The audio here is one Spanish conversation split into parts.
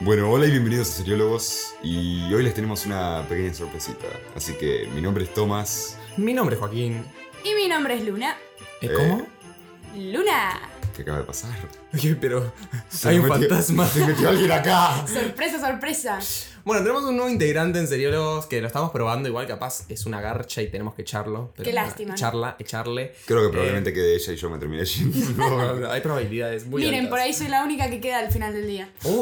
Bueno, hola y bienvenidos a Seriólogos. Y hoy les tenemos una pequeña sorpresita. Así que mi nombre es Tomás. Mi nombre es Joaquín. Y mi nombre es Luna. ¿Eh, Eh. ¿Cómo? Luna. ¿Qué acaba de pasar? Oye, pero Se hay un metió- fantasma. Se metió alguien acá. Sorpresa, sorpresa. Bueno, tenemos un nuevo integrante en Seriólogos que lo estamos probando. Igual capaz es una garcha y tenemos que echarlo. pero Qué bueno, lástima. Echarla, echarle. Creo que probablemente quede ella y yo me terminé yendo. No, no, hay probabilidades muy Miren, altas. por ahí soy la única que queda al final del día. Uh,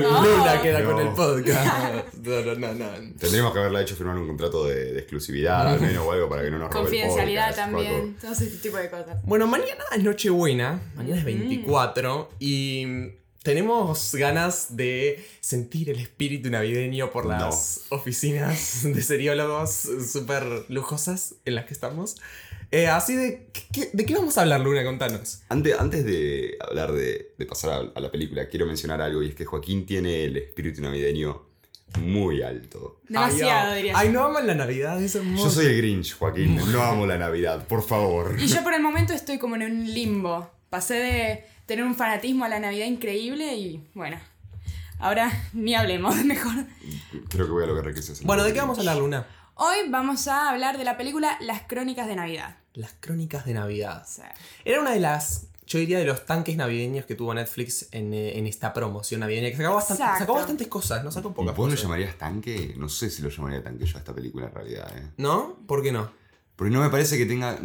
No. Luna queda No. con el podcast. No, no, no, no. Tendríamos que haberla hecho firmar un contrato de, de exclusividad, al menos o algo, para que no nos robe el Confidencialidad podcast, Joaco. también. Todo ese tipo de cosas. Bueno, mañana es Nochebuena, mañana es 24 y tenemos ganas de sentir el espíritu navideño por las oficinas de seriólogos súper lujosas en las que estamos. Eh, así de, ¿qué- ¿de qué vamos a hablar, Luna? Contanos. Antes, antes de hablar de, de pasar a, a la película, quiero mencionar algo y es que Joaquín tiene el espíritu navideño muy alto. Demasiado, Ay, oh. diría. Ay, no aman la Navidad, es hermoso. Yo soy el Grinch, Joaquín. No amo la Navidad, por favor. Y yo por el momento estoy como en un limbo. Pasé de tener un fanatismo a la Navidad increíble y bueno. Ahora ni hablemos, mejor. Creo que voy a lograr que se hace. Bueno, ¿de qué vamos a hablar, Luna? Hoy vamos a hablar de la película Las Crónicas de Navidad. Las crónicas de Navidad. O sea, Era una de las, yo diría, de los tanques navideños que tuvo Netflix en, eh, en esta promoción navideña. Que sacó, bastan- Exacto. sacó bastantes cosas, ¿no? Sacó pocas ¿Vos lo cosas. llamarías tanque? No sé si lo llamaría tanque yo a esta película en realidad, ¿eh? ¿No? ¿Por qué no? Porque no me parece que tenga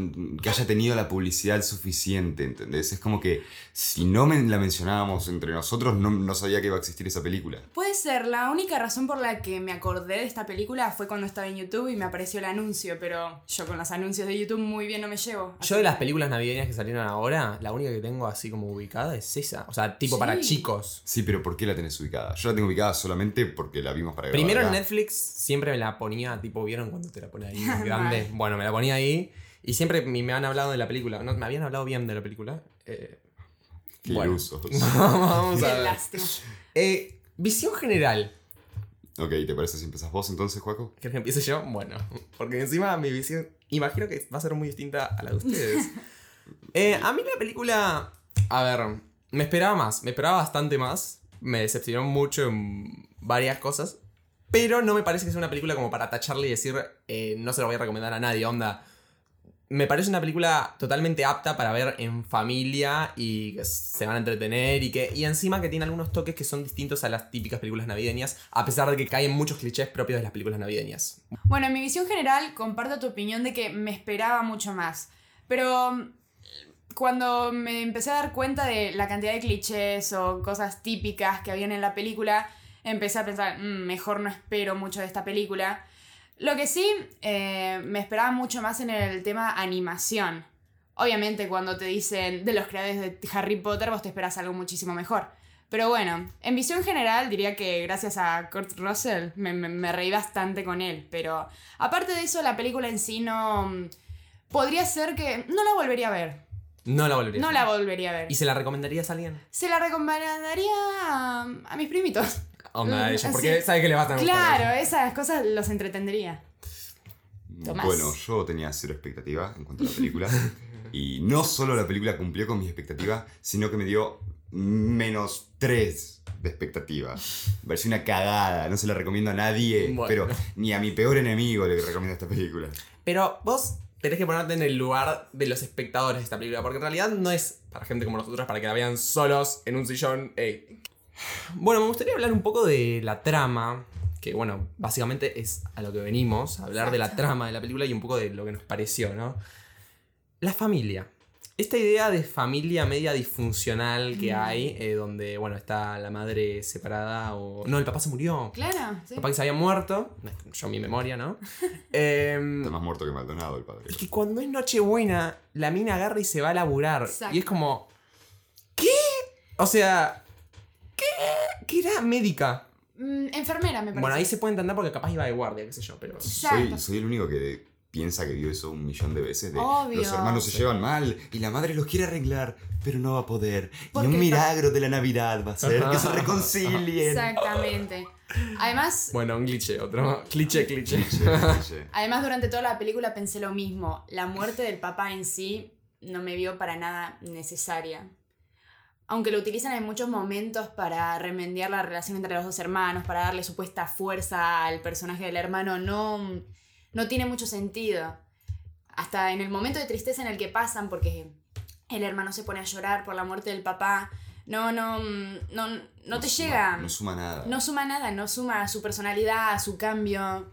que haya tenido la publicidad suficiente, ¿entendés? Es como que si no men- la mencionábamos entre nosotros, no, no sabía que iba a existir esa película. Puede ser, la única razón por la que me acordé de esta película fue cuando estaba en YouTube y me apareció el anuncio, pero yo con los anuncios de YouTube muy bien no me llevo. Yo de las películas navideñas que salieron ahora, la única que tengo así como ubicada es esa. O sea, tipo para Sí. chicos. Sí, pero ¿por qué la tenés ubicada? Yo la tengo ubicada solamente porque la vimos para grabar Primero en acá. Netflix siempre me la ponía, tipo, ¿vieron cuando te la pone ahí? Mal. grande. Bueno, me la ponía ahí y siempre me me han hablado de la película. No, me habían hablado bien de la película. Eh, Qué bueno. ilusos. Vamos Qué a ver. lástima. Eh, visión general. ok, ¿te parece si empezás vos entonces, Juaco? ¿Quieres que empiece yo? Bueno, porque encima mi visión, imagino que va a ser muy distinta a la de ustedes. Eh, a mí la película, a ver, me esperaba más, me esperaba bastante más, me decepcionó mucho en varias cosas, pero no me parece que sea una película como para tacharle y decir, eh, no se la voy a recomendar a nadie, onda. Me parece una película totalmente apta para ver en familia y que se van a entretener y que y encima que tiene algunos toques que son distintos a las típicas películas navideñas, a pesar de que caen muchos clichés propios de las películas navideñas. Bueno, en mi visión general comparto tu opinión de que me esperaba mucho más, pero mm, cuando me empecé a dar cuenta de la cantidad de clichés o cosas típicas que habían en la película, empecé a pensar, "Mm, mejor no espero mucho de esta película. Lo que sí, eh, me esperaba mucho más en el tema animación. Obviamente cuando te dicen de los creadores de Harry Potter, vos te esperas algo muchísimo mejor. Pero bueno, en visión general diría que gracias a Kurt Russell me, me- me reí bastante con él, pero aparte de eso la película en sí no... mm, Podría ser que... No la volvería a ver. No la volvería. a No hacer. la volvería a ver. ¿Y se la recomendarías a alguien? Se la recomendaría a, a mis primitos. Onda, a ella, Mm, porque sí. sabe que le va a estar Claro, esas cosas los entretendría. Tomás. Bueno, yo tenía cero expectativa en cuanto a la película. y no solo la película cumplió con mis expectativas, sino que me dio menos 3 de expectativa. Me pareció una cagada, no se la recomiendo a nadie, Bueno. pero ni a mi peor enemigo le recomiendo esta película. Pero vos tenés que ponerte en el lugar de los espectadores de esta película, porque en realidad no es para gente como nosotros, para que la vean solos en un sillón. ey. Bueno, me gustaría hablar un poco de la trama, que bueno, básicamente es a lo que venimos, a hablar de la trama de la película y un poco de lo que nos pareció, ¿no? La familia. Esta idea de familia media disfuncional que Mm. hay, eh, donde, bueno, está la madre separada o... No, el papá se murió. Claro, sí. El papá que se había muerto. Yo mi memoria, ¿no? Em, Está más muerto que Maldonado el padre. y que cuando es Nochebuena, la mina agarra y se va a laburar. Exacto. Y es como. ¿Qué? O sea. ¿Qué? Que era médica. Mm, enfermera, me parece. Bueno, ahí se puede entender porque capaz iba de guardia, qué sé yo, pero. Soy, Exacto. soy el único que piensa que vio eso un millón de veces. De, Obvio. Los hermanos se llevan mal y la madre los quiere arreglar, pero no va a poder. Y Porque un está- milagro de la Navidad va a ser que se reconcilien. Exactamente. Además, Bueno, un cliché, otro. Cliché, cliché. Che, che. además, durante toda la película pensé lo mismo. La muerte del papá en sí no me vio para nada necesaria. aunque lo utilizan en muchos momentos para remendiar la relación entre los dos hermanos, para darle supuesta fuerza al personaje del hermano, no, no tiene mucho sentido. Hasta en el momento de tristeza en el que pasan, porque el hermano se pone a llorar por la muerte del papá, no, no, mm, no, no, te suma- llega. No suma nada. No suma nada, no suma a su personalidad, a su cambio.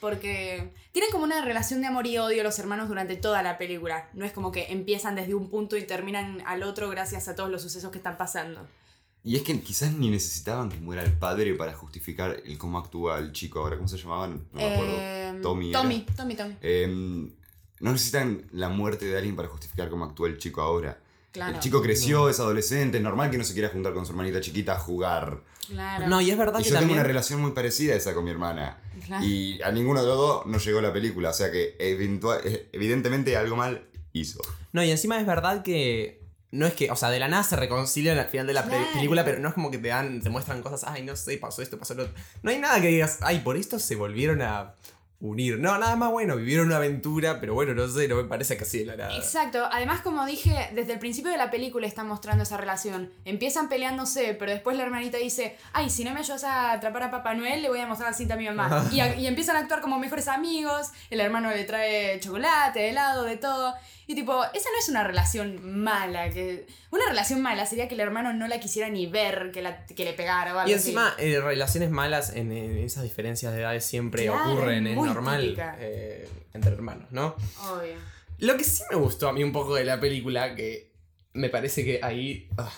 Porque tienen como una relación de amor y odio los hermanos durante toda la película. No es como que empiezan desde un punto y terminan al otro gracias a todos los sucesos que están pasando. Y es que quizás ni necesitaban que muera el padre para justificar el cómo actúa el chico ahora. ¿Cómo se llamaban? No me acuerdo. Eh, Tommy era. Tommy, Tommy, Tommy. Em, no necesitan la muerte de alguien para justificar cómo actúa el chico ahora. Claro. El chico creció, es adolescente, es normal que no se quiera juntar con su hermanita chiquita a jugar. Claro. No, y es verdad Y yo que tengo también. una relación muy parecida a esa con mi hermana. claro. Y a ninguno de los dos no llegó la película, o sea que eventua- eh, evidentemente algo mal hizo. No, y encima es verdad que. No es que, o sea, de la nada se reconcilian al final de la pe- Claro. película, pero no es como que te dan, te muestran cosas, ay, no sé, pasó esto, pasó lo otro. No hay nada que digas, ay, por esto se volvieron a unir. No, nada más bueno, vivieron una aventura, pero bueno, no sé, no me parece que así de la nada. Exacto, además como dije, desde el principio de la película está mostrando esa relación. Empiezan peleándose, pero después la hermanita dice, ay, si no me ayudas a atrapar a Papá Noel, le voy a mostrar la cinta a mi mamá. Y, a- y empiezan a actuar como mejores amigos, el hermano le trae chocolate, helado, de todo. Y tipo, esa no es una relación mala. Que... Una relación mala sería que el hermano no la quisiera ni ver, que, la, que le pegara o algo Y encima, eh, relaciones malas en, en esas diferencias de edades siempre Claro, ocurren, es es muy normal típica. eh, entre hermanos, ¿no? así. Obvio. Lo que sí me gustó a mí un poco de la película, que me parece que ahí ah,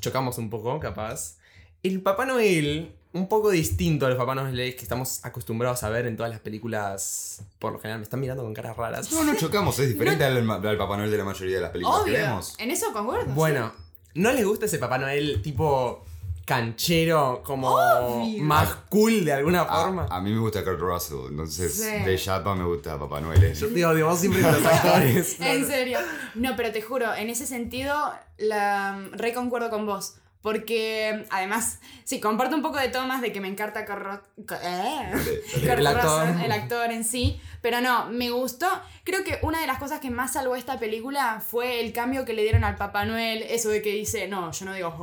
chocamos un poco, capaz. El Papá Noel, un poco distinto a los Papá Noel que estamos acostumbrados a ver en todas las películas, por lo general me están mirando con caras raras. No, no chocamos, es diferente al, ma- al Papá Noel de la mayoría de las películas que Obvio. vemos. En eso concuerdo. Bueno, ¿no les gusta ese Papá Noel tipo canchero, como Obvio. más cool de alguna forma? A, a mí me gusta Kurt Russell, entonces Sí. de Chapa me gusta Papá Noel. Yo te odio, vos siempre con los actores. En serio. No, pero te juro, en ese sentido, la re concuerdo con vos. Porque además, sí, comparto un poco de tomas de que me encanta Carrot. Kurt El actor. Russell, el actor en sí. Pero no, me gustó. Creo que una de las cosas que más salvó esta película fue el cambio que le dieron al Papá Noel. Eso de que dice, no, yo no digo ho,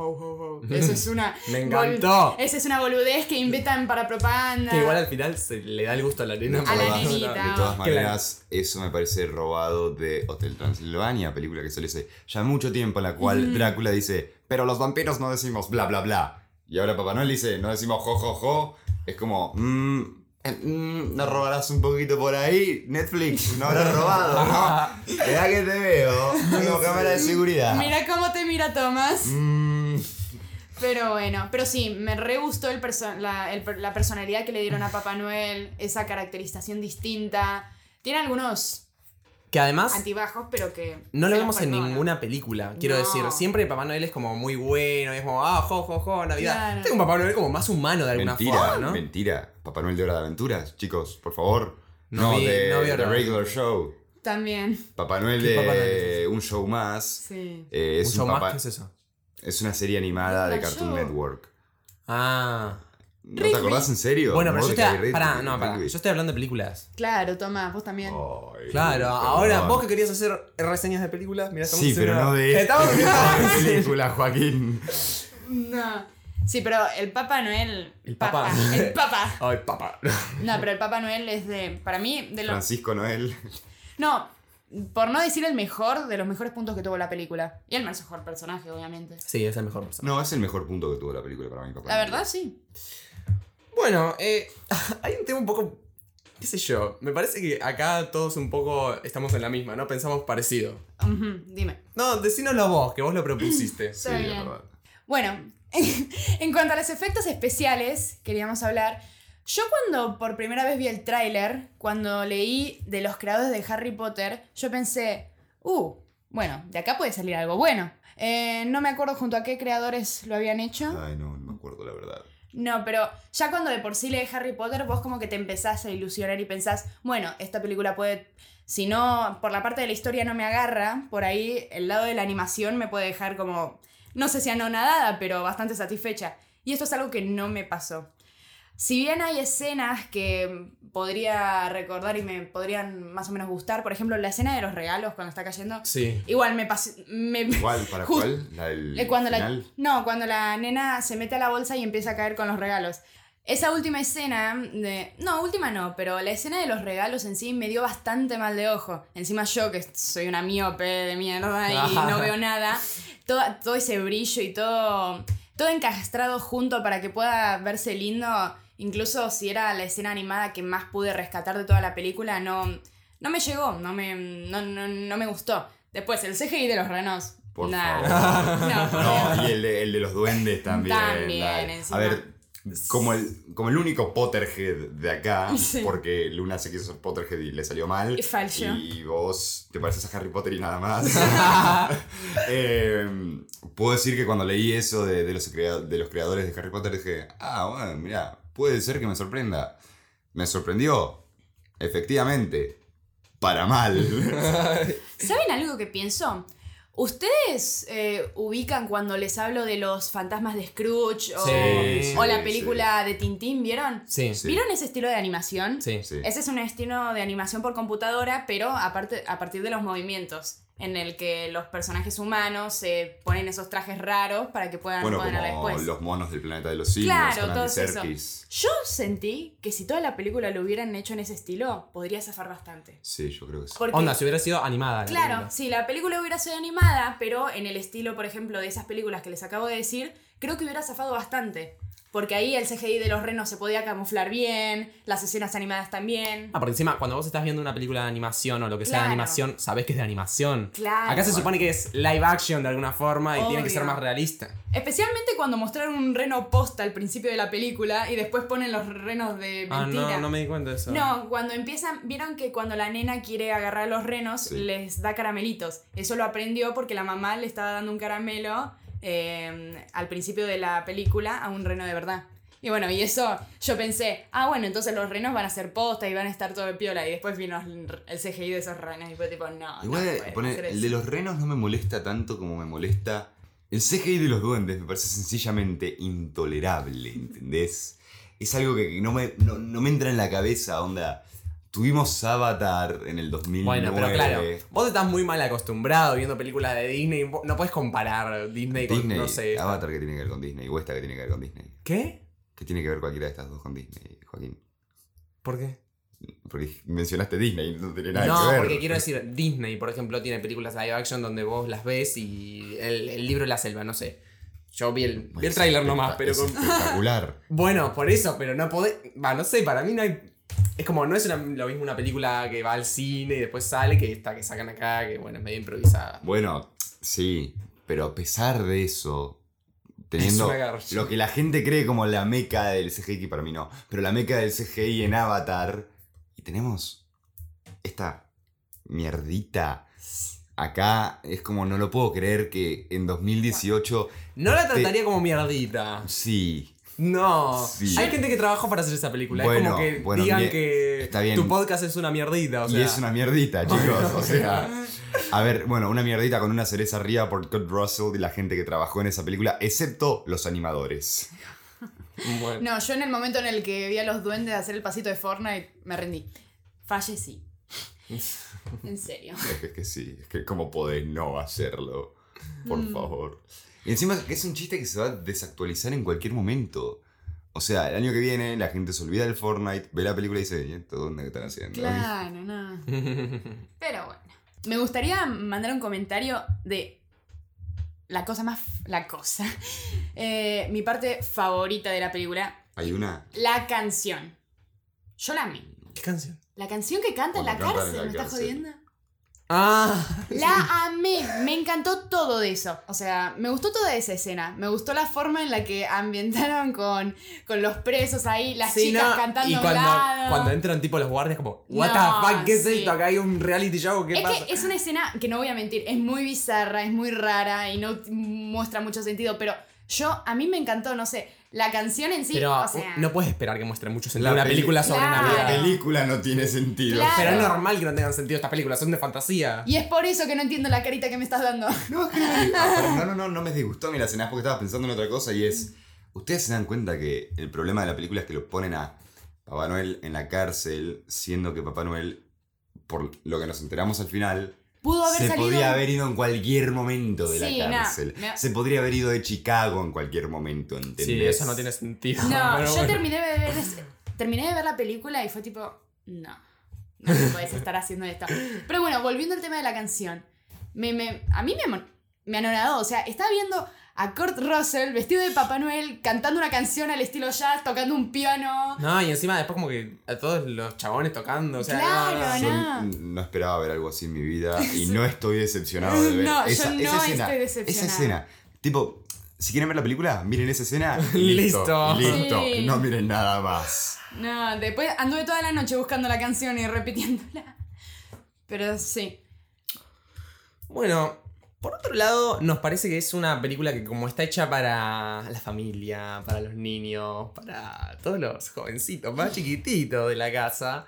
ho, ho. Eso es una. Me bol- encantó. Esa es una boludez que inventan para propaganda. Que igual al final se le da el gusto a la nena. De A la todas- nenita. De todas Que la- maneras, eso me parece robado de Hotel Transilvania, película que sale hace ya mucho tiempo, en la cual Drácula dice, pero los vampiros no decimos bla bla bla. Y ahora Papá Noel dice, no decimos jo jo jo. Es como, mmm, mmm, nos robarás un poquito por ahí, Netflix, no habrás robado, ¿no? Mirá que te veo, tengo cámara de seguridad. Mira cómo te mira Tomás. Mm, Pero bueno, pero sí, me re gustó el perso- la, el per- la personalidad que le dieron a Papá Noel, esa caracterización distinta. Tiene algunos Que además antibajos, pero que... No lo se los vemos en perdona. ninguna película, quiero No. decir. Siempre Papá Noel es como muy bueno, y es como, ah, jo, jo, jo, Navidad. Claro. Tengo un Papá Noel como más humano de alguna mentira, forma, ¿no? mentira. Papá Noel de Hora de Aventuras, chicos, por favor. No No, vi- de no vi The Hora de Regular Aventuras. Show. También, Papá Noel ¿Qué de Papá Noel es Un Show Más. sí. eh, es, Mucho un más papá- que es eso. es una serie animada de Papá Cartoon Show. Network. Ah. ¿No te acordás en serio? Bueno, pero yo Mordecai estoy. Rigby- Pará, no, pará. Rigby. Yo estoy hablando de películas. Claro, Tomás, vos también. Oh. Ay, Claro, perdón. ahora vos que querías hacer reseñas de películas, mirá, estamos Sí, haciendo pero una- no de este, Estamos esta película, Joaquín. No. Sí, pero el Papá Noel... El Papá. el Papá. Ay, papá. No, pero el Papá Noel es de... Para mí, de los... Francisco Noel. No, por no decir el mejor, de los mejores puntos que tuvo la película. Y el mejor personaje, obviamente. Sí, es el mejor personaje. No, es el mejor punto que tuvo la película para mí, papá. La Noel. verdad, sí. Bueno, eh, hay un tema un poco, qué sé yo, me parece que acá todos un poco estamos en la misma, ¿no? Pensamos parecido. Ujú, dime. No, decínoslo vos, que vos lo propusiste. Sí, Está es bien. verdad. Bueno, en cuanto a los efectos especiales, queríamos hablar. Yo cuando por primera vez vi el tráiler, cuando leí de los creadores de Harry Potter, yo pensé, uh, bueno, de acá puede salir algo bueno. Eh, no me acuerdo junto a qué creadores lo habían hecho. Ay, no, no me acuerdo, la verdad. No, pero ya cuando de por sí lees Harry Potter, vos como que te empezás a ilusionar y pensás, bueno, esta película puede, si no, por la parte de la historia no me agarra, por ahí el lado de la animación me puede dejar como, no sé si anonadada, pero bastante satisfecha. Y esto es algo que no me pasó. Si bien hay escenas que podría recordar y me podrían más o menos gustar, por ejemplo, la escena de los regalos cuando está cayendo, Sí. igual me pasé. Me, ¿Cuál? ¿Para Just- cuál? ¿La del Eh, cuando la, final? no, cuando la nena se mete a la bolsa y empieza a caer con los regalos. Esa última escena, de, no, última no, pero la escena de los regalos en sí me dio bastante mal de ojo. Encima yo, que soy una miope de mierda y no veo nada, todo, todo ese brillo y todo, todo encastrado junto para que pueda verse lindo, incluso si era la escena animada que más pude rescatar de toda la película, no, no me llegó, no me, no, no, no me gustó. Después, el CGI de los renos. Por nah. favor. No, por Dios. No, y el de, el de los duendes también. También, dale. encima. A ver, como el, como el único Potterhead de acá, Sí. porque Luna se quiso ser Potterhead y le salió mal. Y falló. Y vos te pareces a Harry Potter y nada más. Eh, puedo decir que cuando leí eso de, de los crea- de los creadores de Harry Potter dije, ah, bueno, mira, puede ser que me sorprenda. Me sorprendió, efectivamente, para mal. ¿Saben algo que pienso? ¿Ustedes eh, ubican cuando les hablo de los fantasmas de Scrooge o, Sí, sí, o la película de Tintín? ¿Vieron? Sí. Sí. ¿Vieron ese estilo de animación? Sí. Sí. Ese es un estilo de animación por computadora, pero aparte, a partir de los movimientos, en el que los personajes humanos se ponen esos trajes raros para que puedan Bueno, ponerla como después. los monos del planeta de los simios, Claro, Andy todos eso. Serkis. Yo sentí que si toda la película lo hubieran hecho en ese estilo, podría zafar bastante. Sí, yo creo que sí. Porque- Onda, si hubiera sido animada. la Claro, película. si la película hubiera sido animada, pero en el estilo, por ejemplo, de esas películas que les acabo de decir, creo que hubiera zafado bastante. Porque ahí el CGI de los renos se podía camuflar bien, las escenas animadas también. Ah, porque encima, cuando vos estás viendo una película de animación o lo que sea de Claro. animación, sabés que es de animación. Claro. Acá se Bueno. supone que es live action de alguna forma y tiene que ser Obvio. más realista. Especialmente cuando mostraron un reno posta al principio de la película y después ponen los renos de mentira. Ah, no, no me di cuenta de eso. No, cuando empiezan, vieron que cuando la nena quiere agarrar a los renos, Sí. les da caramelitos. Eso lo aprendió porque la mamá le estaba dando un caramelo eh, al principio de la película a un reno de verdad. Y bueno, y eso yo pensé, ah, bueno, entonces los renos van a ser posta y van a estar todo de piola. Y después vino el el CGI de esos renos y fue tipo, no. Ah, Igual eh, no pueden pone- hacer el eso. de los renos no me molesta tanto como me molesta el CGI de los duendes, me parece sencillamente intolerable, ¿entendés? Es algo que no me, no, no me entra en la cabeza, onda. Tuvimos Avatar en el 2009. Bueno, pero claro, vos estás muy mal acostumbrado viendo películas de Disney. vos- No puedes comparar Disney, Disney, con, no sé. Avatar que tiene que ver con Disney, o esta que tiene que ver con Disney. ¿Qué? ¿Qué tiene que ver cualquiera de estas dos con Disney, Joaquín? ¿Por qué? Porque mencionaste Disney, no tiene nada que No, ver. porque quiero decir, Disney, por ejemplo, tiene películas live action donde vos las ves y el, el libro de la selva, no sé. Yo vi el, vi el Bueno, tráiler es nomás, espectac- pero es con... Espectacular. Bueno, por eso, pero no podés... Va, no sé, para mí no hay... Es como, no es una- lo mismo una película que va al cine y después sale que esta que sacan acá, que bueno, es medio improvisada. Bueno, sí, pero a pesar de eso, Es teniendo una garcha. lo que la gente cree como la meca del CGI, que para mí no, pero la meca del CGI en Avatar, y tenemos esta mierdita acá, es como no lo puedo creer que en 2018, No la trataría como mierdita. sí, No. Sí. Hay gente que trabajó para hacer esa película. es Bueno, como que bueno, digan bien, que está bien. tu podcast es una mierdita. O sea, y es una mierdita, chicos, o sea... A ver, bueno, una mierdita con una cereza arriba por Kurt Russell y la gente que trabajó en esa película, excepto los animadores. bueno. No, yo en el momento en el que vi a los duendes hacer el pasito de Fortnite, me rendí. Fallecí. en serio. Es que, es que sí, es que cómo podés no hacerlo, por Mm. favor. Y encima es un chiste que se va a desactualizar en cualquier momento. O sea, el año que viene la gente se olvida del Fortnite, ve la película y dice, "¿Y esto dónde están haciendo? Claro, no. Pero bueno. Me gustaría mandar un comentario de la cosa más. La cosa. Eh, mi parte favorita de la película, Hay una... la canción. Yo la amé. ¿Qué canción? La canción que canta en la Cuando cantan cárcel, en la ¿me estás cárcel. jodiendo? Ah. La amé, me encantó todo de eso. O sea, me gustó toda esa escena. Me gustó la forma en la que ambientaron con, con los presos ahí, las Sí, chicas no, cantando Y a un cuando, lado. cuando entran tipo los guardias, como, ¿What No, the fuck? ¿Qué es sí. esto? Acá hay un reality show, ¿qué Es pasa? que es una escena que no voy a mentir, es muy bizarra, es muy rara y no t- muestra mucho sentido, pero yo, a mí me encantó, no sé, la canción en sí, Pero o sea, uh, no puedes esperar que muestre mucho sentido La una peli- película sobre Claro. La Navidad. película no tiene sentido. Claro. Pero es normal que no tengan sentido estas películas, son de fantasía. y es por eso que no entiendo la carita que me estás dando. No, es que no, me- ah, pero no, no, no, no me disgustó ni la escena es porque estaba pensando en otra cosa y es... ¿Ustedes se dan cuenta que el problema de la película es que lo ponen a Papá Noel en la cárcel, siendo que Papá Noel, por lo que nos enteramos al final, Pudo haber se salido. podía haber ido en cualquier momento de Sí, la nah, cárcel. me- Se podría haber ido de Chicago en cualquier momento, ¿entendés? Sí, eso no tiene sentido. No, Pero yo bueno. terminé de ver ese- terminé de ver la película y fue tipo, no, no me podés estar haciendo esto. Pero bueno, volviendo al tema de la canción, me, me- a mí me, mon- me anonadó, o sea, estaba viendo a Kurt Russell vestido de Papá Noel cantando una canción al estilo jazz, tocando un piano. No, y encima después como que a todos los chabones tocando, o sea, Claro, no, no, no. Yo nah. n- no esperaba ver algo así en mi vida y no estoy decepcionado de ver No, yo esa, esa no escena. estoy esa decepcionada. escena. Tipo, si quieren ver la película, miren esa escena. y Listo. Listo. listo. Sí. No miren nada más. No, después anduve toda la noche buscando la canción y repitiéndola. Pero sí. Bueno, por otro lado, nos parece que es una película que como está hecha para la familia, para los niños, para todos los jovencitos más chiquititos de la casa,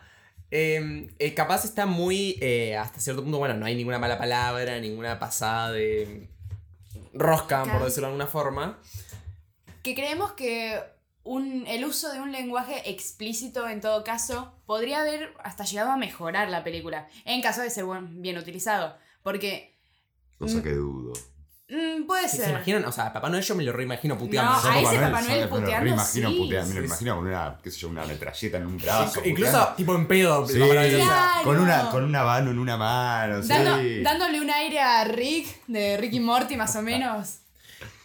eh, eh, capaz está muy, eh, hasta cierto punto, bueno, no hay ninguna mala palabra, ninguna pasada de rosca, por Ca- decirlo de alguna forma. que creemos que un- el uso de un lenguaje explícito en todo caso podría haber hasta llegado a mejorar la película, en caso de ser buen- bien utilizado, porque Cosa Mm. que dudo. mm, puede ¿Se, ser... imaginan? O sea, Papá Noel yo me lo reimagino puteando. No, Ah, A Papá ese Noel, Papá yo Noel me lo puteando, reimagino sí. puteando, me lo Sí, sí. imagino con una, qué sé yo, una metralleta en un brazo. Incluso puteando. tipo en pedo. Sí, Papá Noel, o sea, Claro. con una con una mano en una mano, sí. Dando- Dándole un aire a Rick, de Ricky Morty más o menos.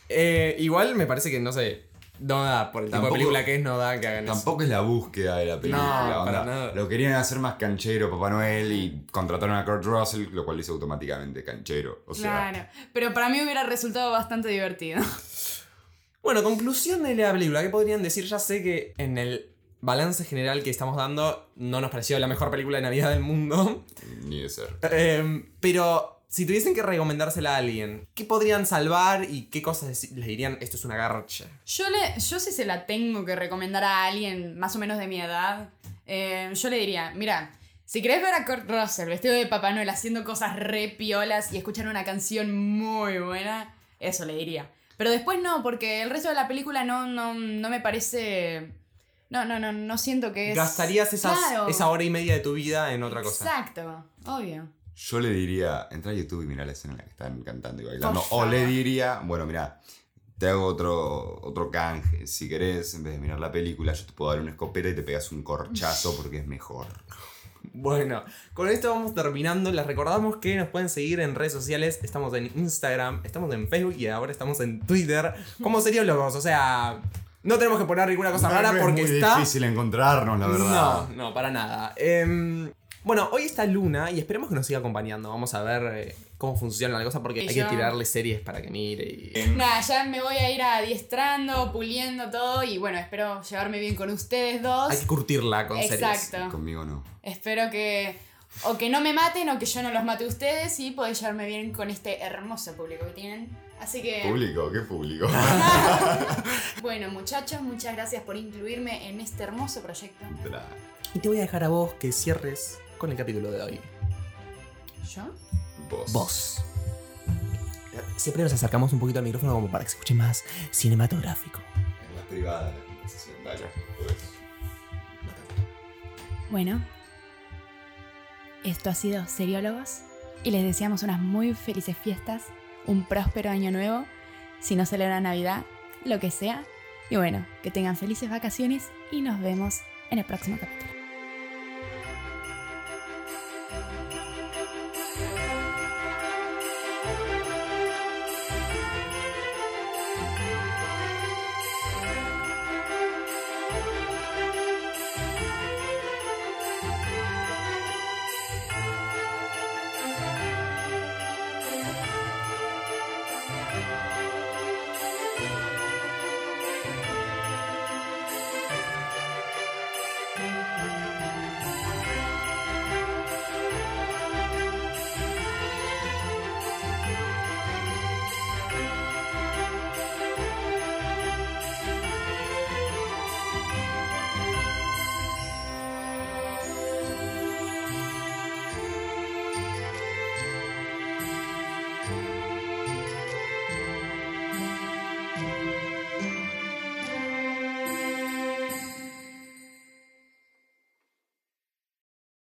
Eh, igual me parece que, no sé, no da, por el tipo Tampoco- de película que es, no da que hagan eso. Tampoco es la búsqueda de la película. No, onda. para nada. Lo querían hacer más canchero Papá Noel y contrataron a Kurt Russell, lo cual hizo automáticamente canchero. O sea, claro. Pero para mí hubiera resultado bastante divertido. Bueno, conclusión de la película, ¿qué podrían decir? Ya sé que en el balance general que estamos dando no nos pareció la mejor película de Navidad del mundo, ni de ser. Em, pero si tuviesen que recomendársela a alguien, ¿qué podrían salvar y qué cosas deci- les dirían esto es una garcha? Yo, le, yo si se la tengo que recomendar a alguien más o menos de mi edad, eh, yo le diría, mira, si querés ver a Kurt Russell vestido de Papá Noel haciendo cosas re piolas y escuchar una canción muy buena, eso le diría. Pero después no, porque el resto de la película no, no, no me parece... No, no, no, no siento que es... ¿Gastarías esas, Claro. esa hora y media de tu vida en otra cosa? Exacto, obvio. Yo le diría, entra a YouTube y mira la escena en la que están cantando y bailando. Por O le favor. diría, bueno, mira, te hago otro, otro canje. Si querés, en vez de mirar la película, yo te puedo dar una escopeta y te pegas un corchazo porque es mejor. Bueno, con esto vamos terminando. Les recordamos que nos pueden seguir en redes sociales. Estamos en Instagram, estamos en Facebook y ahora estamos en Twitter. Como serios locos, o sea, no tenemos que poner ninguna cosa rara No, porque es muy está. difícil encontrarnos, la verdad. No, no, para nada. Em, bueno, hoy está Luna y esperemos que nos siga acompañando. Vamos a ver eh, cómo funciona la cosa porque hay Y que yo- tirarle series para que mire. y- Nada, ya me voy a ir adiestrando, puliendo todo y bueno, espero llevarme bien con ustedes dos. Hay que curtirla con series. Exacto. Conmigo no. Espero que o que no me maten o que yo no los mate a ustedes y podéis llevarme bien con este hermoso público que tienen. Así que, Público, qué público. bueno muchachos, muchas gracias por incluirme en este hermoso proyecto. Tra- Y te voy a dejar a vos que cierres con el capítulo de hoy. ¿Yo? Vos. Vos. Siempre nos acercamos un poquito al micrófono como para que se escuche más cinematográfico. En la privada la conversación. Dale, pues. Bueno, esto ha sido Seriólogos y les deseamos unas muy felices fiestas, un próspero año nuevo, si no celebran Navidad, lo que sea. Y bueno, que tengan felices vacaciones y nos vemos en el próximo capítulo.